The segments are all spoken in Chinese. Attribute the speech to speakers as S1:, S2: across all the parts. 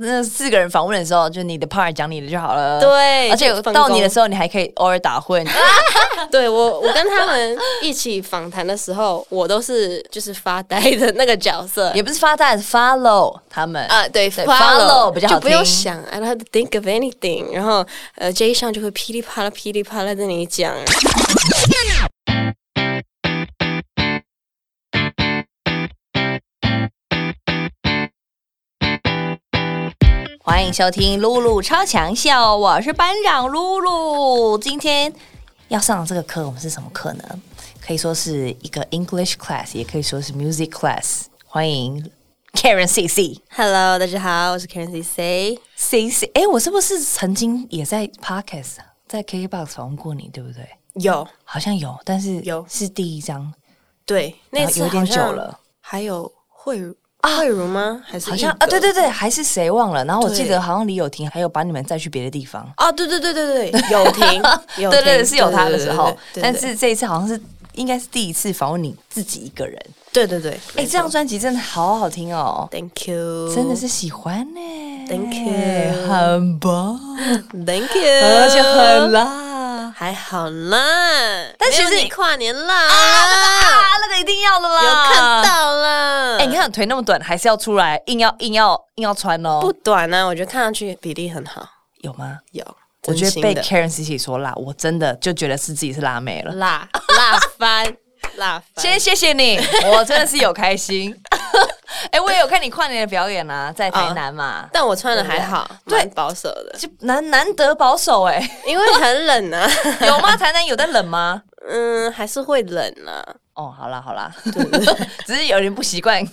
S1: 那四个人访问的时候，就你的 part 讲你的就好了。
S2: 对
S1: 而且
S3: 就分工
S1: 到你的时候，你还可以偶尔打混。
S3: 对我，我跟他们一起访谈的时候，我都是就是发呆的那个角色
S1: 也不是发呆，follow 他们
S3: 啊，对
S1: ，follow 比较好
S3: 就不用
S1: 听
S3: 想，I don't have to think of anything。然后呃，J 上就会噼里啪啦噼里啪啦跟你讲。
S2: 欢迎收听露露超强笑，我是班长露露。今天要上的这个课，我们是什么课呢？可以说是一个 English class，也可以说是 music class。欢迎 Karen C C
S3: Hello，大家好，我是 Karen C C。
S2: C C。哎，我是不是曾经也在 Podcast 在 KKBox 访问过你，对不对？
S3: 有
S2: 好像有，但是
S3: 有
S2: 是第一张，
S3: 对，那次
S2: 有一点
S3: 好像
S2: 久了，
S3: 还有慧茹啊，慧茹吗？还是
S2: 好像
S3: 一
S2: 啊，
S3: 个
S2: 对对对，还是谁忘了？然后我记
S3: 对
S2: 得好像李友廷还有把你们载去别的地方。，
S3: 啊，对对对对对，有停
S2: 对
S3: 有
S2: 对对，
S3: 停
S2: 是有他的时候，
S3: 对对对对对
S2: 但是这一次好像是应该是第一次访问你自己一个人。
S3: 对对对，
S2: 哎，这张专辑真的好好听哦，
S3: Thank you，
S2: 真的是喜欢呢。
S3: Thank you
S2: 很棒，
S3: Thank
S2: 而且
S3: you，
S2: 很辣。
S3: 还好啦，
S2: 但其实
S3: 没有你跨年啦，
S2: 啊，那个一定要的啦，
S3: 有看。到啦。
S2: 哎，你看腿那么短，还是要出来，硬要硬要硬要穿哦。
S3: 不短啊，我觉得看上去比例很好，
S2: 有吗？
S3: 有，
S2: 我觉
S3: 真
S2: 得
S3: 心
S2: 被
S3: 的
S2: Karen 洗洗说辣，我真的就觉得是自己是辣妹了。
S3: 辣辣翻 辣翻，
S2: 先谢谢你， 我真的是有开心。 哎、我也有看你跨年的表演啊，在台南嘛，
S3: 但我穿的还好，
S2: 对
S3: 蛮保守的，
S2: 就难难得保守哎、
S3: 因为很冷啊，
S2: 有吗？台南有在冷吗？
S3: 嗯，还是会冷啊，
S2: 哦，好啦好啦， 只是有点不习惯你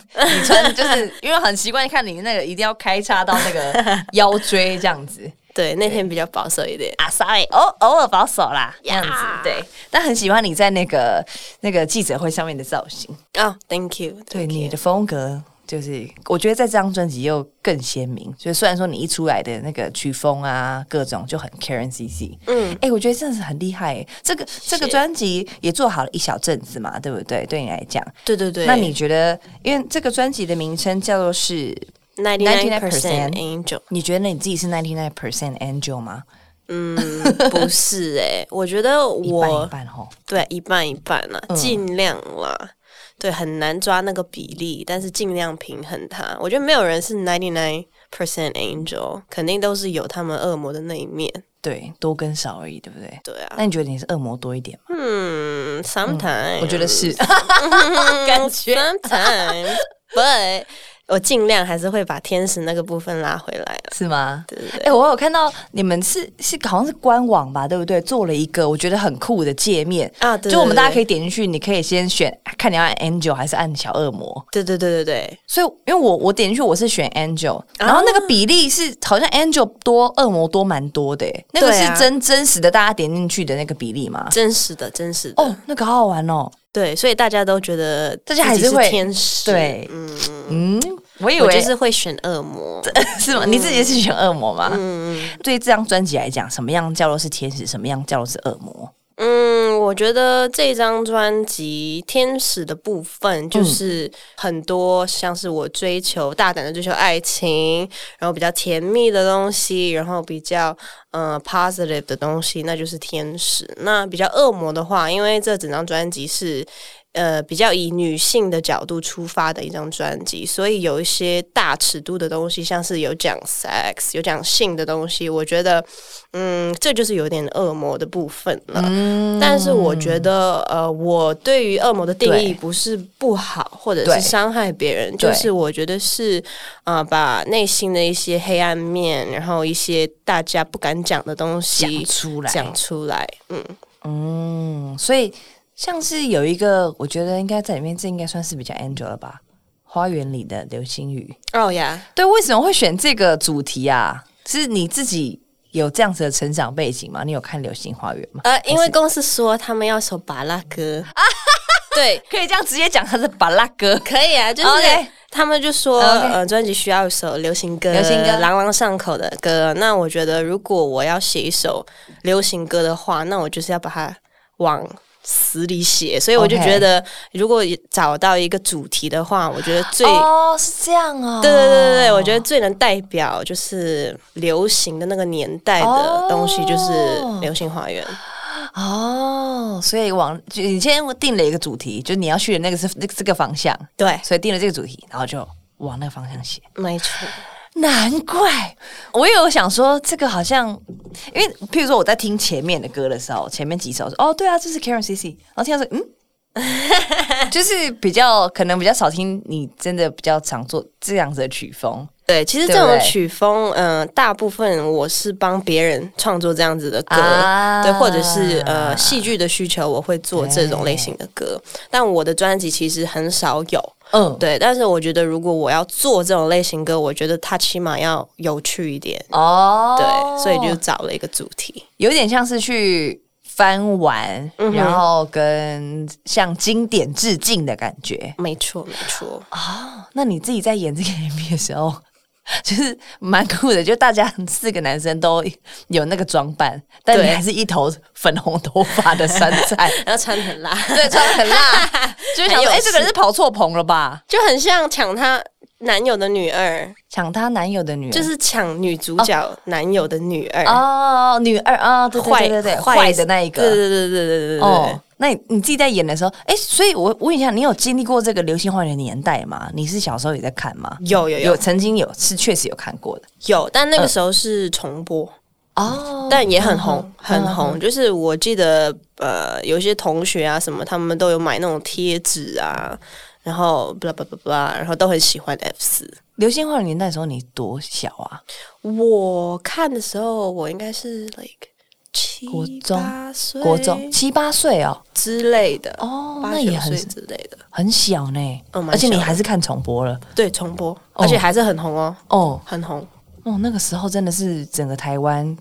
S2: 穿，就是因为很习惯看你那个一定要开叉到那个腰椎这样子
S3: 对，那天比较保守一点，
S2: 啊，sorry，偶偶尔保守啦，这样子
S3: 呀
S2: 对，但很喜欢你在那个那个记者会上面的造型，
S3: 哦，Thank you，
S2: 对
S3: thank
S2: 你
S3: you
S2: 的风格，就是我觉得在这张专辑又更鲜明。所以虽然说你一出来的那个曲风啊，各种就很 Karen CC，嗯，哎、我觉得真的是很厉害耶、这个这个专辑也做好了一小阵子嘛，对不对？对你来讲，
S3: 对对对，
S2: 那你觉得，因为这个专辑的名称叫做是，
S3: ninety
S2: 99%
S3: nine percent angel
S2: 你觉得你自己是 ninety nine percent angel 吗？
S3: 不是哎、我觉得
S2: 一半一
S3: 我
S2: 半吼，
S3: 对一半一半啦，
S2: 嗯
S3: 尽量啦。对，很难抓那个比例，但是尽量平衡它。我觉得没有人是 ninety nine percent angel，肯定都是有他们恶魔的那一面。
S2: 对，多跟少而已，对不对？
S3: 对啊，
S2: 那你觉得你是恶魔多一点吗？
S3: 嗯，sometimes
S2: 我觉得 是，
S3: 感觉 sometimes，but 我尽量还是会把天使那个部分拉回来了。
S2: 是吗？
S3: 对对
S2: 哎、
S3: 对，
S2: 我有看到你们是是好像是官网吧，对不对？做了一个我觉得很酷的界面
S3: 啊对对
S2: 就我们
S3: 对
S2: 大家
S3: 对
S2: 可以点进去，你可以先选看你要按 Angel 还是按小恶魔。
S3: 对对对对对，
S2: 所以因为我我点进去我是选 Angel，然
S3: 啊
S2: 后那个比例是好像 Angel 多恶魔多蛮多的耶，那个
S3: 对
S2: 是
S3: 啊
S2: 真、真实的大家点进去的那个比例吗？
S3: 真实的，真实的。
S2: 哦，那个好好玩哦。
S3: 对，所以大家都觉得
S2: 大家还
S3: 自己
S2: 是
S3: 是
S2: 会
S3: 天使，
S2: 对
S3: 嗯，
S2: 嗯，我以
S3: 我嗯
S2: 为
S3: 就是会选恶魔。
S2: 是吗？你自己是选恶魔
S3: 嗯
S2: 吗？对于这张专辑来讲，什么样叫做是天使，什么样叫做是恶魔？
S3: 嗯，我觉得这张专辑天使的部分就是很多像是我追求大胆的追求爱情，然后比较甜蜜的东西，然后比较呃 positive 的东西，那就是天使。那比较恶魔的话，因为这整张专辑是。呃，比较以女性的角度出发的一张专辑，所以有一些大尺度的东西，像是有讲 sex、有讲性的东西，我觉得，嗯，这就是有点恶魔的部分了。
S2: 嗯
S3: 但是我觉得，呃，我对于恶魔的定
S2: 对
S3: 义不是不好，或者
S2: 对
S3: 是伤害别人，
S2: 对
S3: 就是我觉得是，呃，把内心的一些黑暗面，然后一些大家不敢讲的东
S2: 讲
S3: 西
S2: 出来，
S3: 讲出来。嗯，
S2: 嗯，所以像是有一个，我觉得应该在里面，这应该算是比较 Angel 了吧？花园里的流星雨。
S3: 哦呀，
S2: 对，为什么会选这个主题啊？是你自己有这样子的成长背景吗？你有看《流星花园》吗？
S3: 呃，因为公司说他们要首巴拉歌，对，
S2: 可以这样直接讲他是巴拉歌，
S3: 可以啊，就是
S2: OK
S3: 他们就说
S2: OK
S3: 呃，专辑需要一首流行歌，
S2: 流行歌
S3: 朗朗上口的歌。那我觉得，如果我要写一首流行歌的话，那我就是要把它往。死里写，所以我就
S2: OK
S3: 觉得，如果找到一个主题的话，我觉得最
S2: 哦，是这样哦，
S3: 对对对对对，我觉得最能代表就是流行的那个年代的东西，就是
S2: 哦
S3: 流星花园。
S2: 哦，所以往就你今天定了一个主题，就你要去的那个是这这个方向，
S3: 对，
S2: 所以定了这个主题，然后就往那个方向写。
S3: 没错。
S2: 难怪我也有想说，这个好像，因为譬如说我在听前面的歌的时候，前面几首说哦，对啊，这是 Karen CC，然后听到说嗯， 就是比较可能比较少听你真的比较常做这样子的曲风
S3: 对，其实这
S2: 对不
S3: 种
S2: 对
S3: 曲风，嗯、大部分我是帮别人创作这样子的歌，
S2: 啊
S3: 对，或者是呃戏剧的需求，我会做这种类型的歌。但我的专辑其实很少有，
S2: 嗯，
S3: 对。但是我觉得，如果我要做这种类型歌，我觉得它起码要有趣一点，
S2: 哦，
S3: 对。所以就找了一个主题，
S2: 有点像是去翻玩，
S3: 嗯哼
S2: 然后跟向经典致敬的感觉。
S3: 没错，没错。
S2: 那你自己在演这个 MV 的时候， 就是蛮酷的，就大家四个男生都有那个装扮，但你
S3: 对
S2: 还是一头粉红头发的山菜，
S3: 然后穿得很辣，
S2: 对，穿得很辣， 就是想说，哎、
S3: 很有
S2: 这个人是跑错棚了吧？
S3: 就很像抢她男友的女二，
S2: 抢她男友的女儿，
S3: 就是抢女主角男友的女二，
S2: 哦，女二啊、哦，对对对对对，坏的那一个，
S3: 对对对对对对对。
S2: 哦。那你你自己在演的时候，哎、所以我我问一下，你有经历过这个流星花园的年代吗？你是小时候也在看吗？
S3: 有有有
S2: 有曾经有是确实有看过的
S3: 有，但
S2: 嗯
S3: 那个时候是重播，
S2: 哦嗯
S3: 但也很红，很红。就是我记得，呃，有一些同学啊什么，他们都有买那种贴纸啊，然后巴拉巴拉巴拉，然后都很喜欢 F 四。
S2: 流星花园年代的时候，你多小啊？
S3: 我看的时候，我应该是 like 七
S2: 国中
S3: 八岁
S2: 国中七八岁哦，
S3: 之类的，
S2: 哦
S3: 八
S2: 那
S3: 九
S2: 也很
S3: 岁之类的。
S2: 很小呢。
S3: 嗯蛮
S2: 而且你
S3: 小的
S2: 还是看重播了
S3: 对，重播，而且还是很红哦，
S2: 哦
S3: 很红。
S2: 哦，那个时候真的是整个台湾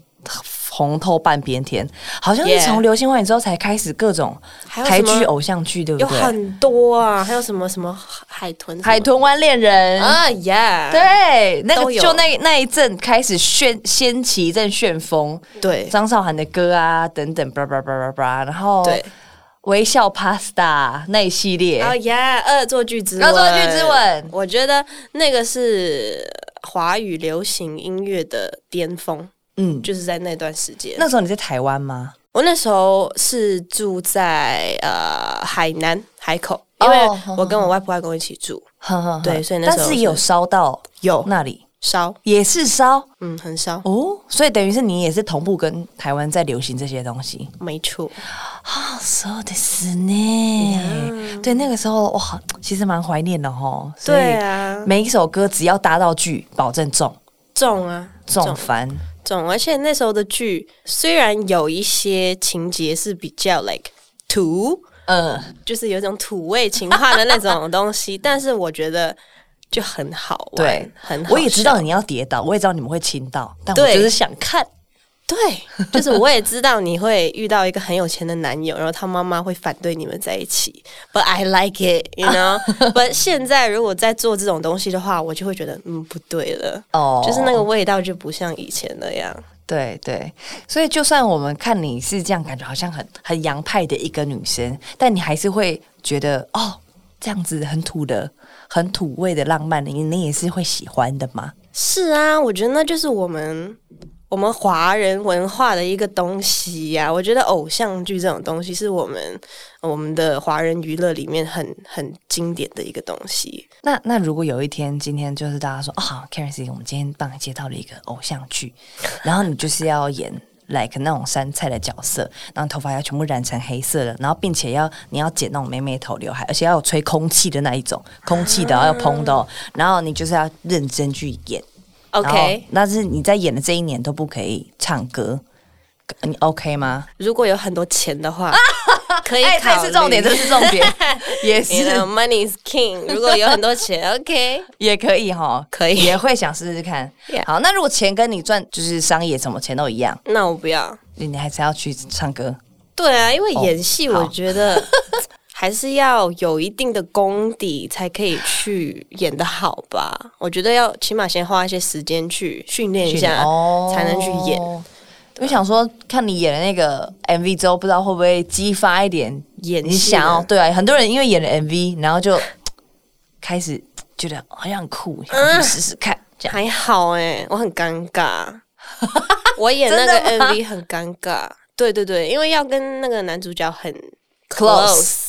S2: 红透半边天，好像是
S3: Yeah
S2: 从流星花园之后才开始各种
S3: 还有
S2: 台
S3: 什
S2: 剧
S3: 么
S2: 偶像剧，对不
S3: 有
S2: 对？
S3: 很多啊，还有什么什么海豚什么
S2: 海豚湾恋人
S3: 啊，Yeah，
S2: 对，那
S3: 都
S2: 个
S3: 有
S2: 就那那一阵开始炫掀起一阵旋风，
S3: 对
S2: 张韶涵的歌啊等等，叭叭叭叭叭，然后
S3: 对
S2: 微笑 Pasta 那一系列，
S3: 啊呀，恶作剧之吻，
S2: 恶作剧之吻
S3: 我觉得那个是华语流行音乐的巅峰，
S2: 嗯，
S3: 就是在那段时间。
S2: 那时候你在台湾吗？
S3: 我那时候是住在呃海南海口，因为
S2: 哦
S3: 我跟我外婆外公一起住，
S2: 呵呵呵
S3: 对所以那时
S2: 但
S3: 候
S2: 是也有
S3: 是
S2: 烧到
S3: 有
S2: 那里，
S3: 烧，
S2: 也是烧
S3: 嗯，很烧，
S2: 哦，所以等于是你也是同步跟台湾在流行这些东西。
S3: 没错，
S2: 啊，そうですね。对，那个时候哇，其实蛮怀念的哦。所以
S3: 对啊
S2: 每一首歌只要搭到剧，保证中
S3: 重啊，
S2: 中翻。
S3: 重，而且那时候的剧虽然有一些情节是比较 like 土，
S2: 嗯，
S3: 就是有一种土味情话的那种东西， 但是我觉得就很好玩，
S2: 对，
S3: 很好
S2: 我也知道
S3: 笑，
S2: 你要跌倒，我也知道你们会亲到，但我
S3: 对
S2: 就是想看。
S3: 对，就是我也知道你会遇到一个很有钱的男友，然后他妈妈会反对你们在一起，But I like it, you know 。But 现在如果再做这种东西的话，我就会觉得嗯不对了，
S2: 哦
S3: 就是那个味道就不像以前那样，
S2: 对对，所以就算我们看你是这样，感觉好像很很洋派的一个女生，但你还是会觉得哦，这样子很土的、很土味的浪漫，你你也是会喜欢的吗？
S3: 是啊，我觉得那就是我们我们华人文化的一个东西呀、我觉得偶像剧这种东西是我们我们的华人娱乐里面很很经典的一个东西。
S2: 那那如果有一天，今天就是大家说啊、好 k a r e n C，我们今天帮你接到了一个偶像剧，然后你就是要演 like 那种山菜的角色，然后头发要全部染成黑色的，然后并且要你要剪那种妹妹头刘海，而且要有吹空气的那一种，空气的哦要蓬的哦， 然后你就是要认真去演。然后
S3: 啊 OK，
S2: 那是你在演的这一年都不可以唱歌，你 OK 吗？
S3: 如果有很多钱的话，可以
S2: 哎，
S3: 考虑。
S2: 这是重点，这是重 点，也
S3: You
S2: 是
S3: know, money is king。如果有很多钱，OK，
S2: 也可以哈，
S3: 可以
S2: 也会想试试看。
S3: Yeah
S2: 好，那如果钱跟你赚就是商业什么钱都一样，
S3: 那我不要。
S2: 你还是要去唱歌。
S3: 对啊，因为演戏，
S2: 哦
S3: 我
S2: 好
S3: 觉得还是要有一定的功底才可以去演的好吧？我觉得要起码先花一些时间去训练一下，
S2: 哦
S3: 才能去演。
S2: 我想说，看你演了那个 MV 之后，不知道会不会激发一点
S3: 演
S2: 你
S3: 戏
S2: 想要
S3: 的
S2: 对啊，很多人因为演了 MV，然后就开始觉得好像很酷，想去试试看。这样
S3: 还好哎、我很尴 尬，我演那个 MV 很尴尬。对对对，因为要跟那个男主角很
S2: close，
S3: close，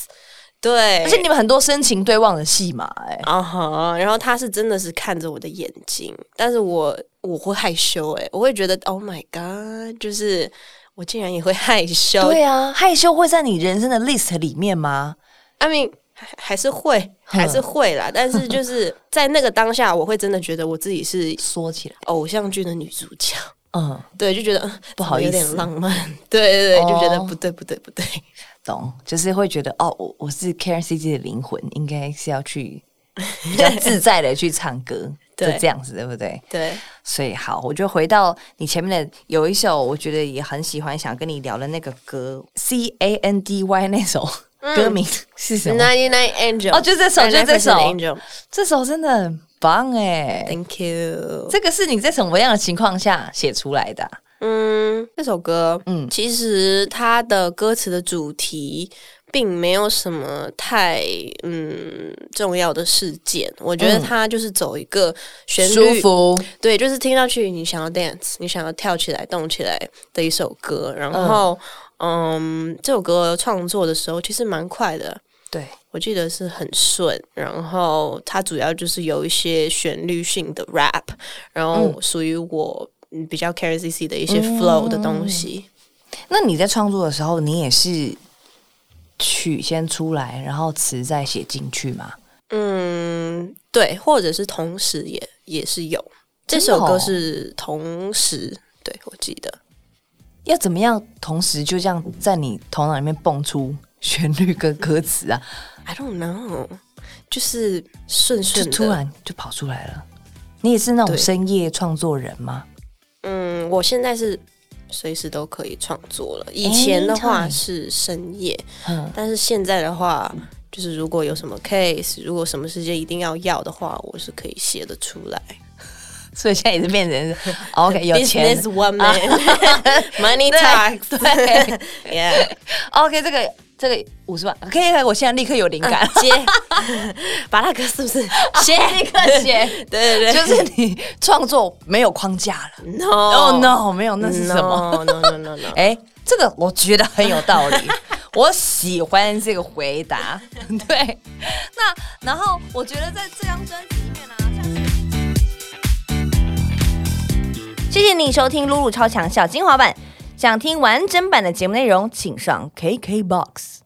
S3: 对，
S2: 而且你们很多深情对望的戏嘛，哎，
S3: 啊哈，然后他是真的是看着我的眼睛，但是我我会害羞哎、我会觉得 Oh my God，就是我竟然也会害羞。
S2: 对啊，害羞会在你人生的 list 里面吗？
S3: I mean，还还是会，还是会啦。但 是就是在那个当下，我会真的觉得我自己是
S2: 缩起来，
S3: 偶像剧的女主角。
S2: 嗯，
S3: 对，就觉得嗯
S2: 不好意思
S3: 怎么有点浪漫。对对对，就觉得
S2: 哦
S3: 不对不对不对。
S2: 懂，就是会觉得哦，我我是 Karen C G 的灵魂，应该是要 去比较自在的去唱歌，就
S3: 对
S2: 这样子，对不对？
S3: 对，
S2: 所以好，我就回到你前面的有一首，我觉得也很喜欢，想跟你聊的那个歌 C A N D Y 那首、
S3: 嗯
S2: 歌名是什么？
S3: Ninety Nine Angel，
S2: 哦就这首就这首
S3: Angel。
S2: 这首真的很棒哎、
S3: Thank you。
S2: 这个是你在什么样的情况下写出来的啊、
S3: 嗯，这首歌，
S2: 嗯
S3: 嗯，其实它的歌词的主题并没有什么太嗯重要的事件，我觉得
S2: 嗯
S3: 它就是走一个旋
S2: 舒
S3: 律，
S2: 服，
S3: 对，就是听上去你想要 dance，你想要跳起来、动起来的一首歌。然后，嗯这首歌创作的时候其实蛮快的，
S2: 对，
S3: 我记得是很顺，然后它主要就是有一些旋律性的 rap，然后属于我嗯比较 carry CC 的一些 flow 的
S2: 哦
S3: 东西。
S2: 那你在创作的时候，你也是曲先出来，然后词再写进去吗？
S3: 嗯对，或者是同时也也是有这
S2: 真的
S3: 首
S2: 哦
S3: 歌是同时，对我记得
S2: 要怎么样同时就这样在你头脑里面蹦出旋律跟歌词啊？
S3: I don't know，就是顺
S2: 就
S3: 顺的
S2: 突然就跑出来了。你也是那种
S3: 对
S2: 深夜创作人吗？
S3: 嗯，我现在是随时都可以创作了。以前的话
S2: Anytime
S3: 是深夜，
S2: 哎嗯
S3: 但是现在的话，就是如果有什么 case，如果什么时间一定要要的话，我是可以写得出来。
S2: 所以现在也是变成是 OK 有钱啊
S3: Business woman，money talks，yeah，
S2: OK 这个这个五十万 OK，我现在立刻有灵 感，
S3: 接， 巴拉格是不是？
S2: 写立刻写，
S3: 对对对，
S2: 就是你创作没有框架 了。
S3: no
S2: Oh no，没有那是什么？
S3: 哦？no no no no，
S2: 哎，这个我觉得很有道理， 我喜欢这个回答。 对，那然后我觉得在这张专辑里面啊，像是
S4: 谢谢你收听露露超强小精华版，想听完整版的节目内容，请上 KKBOX。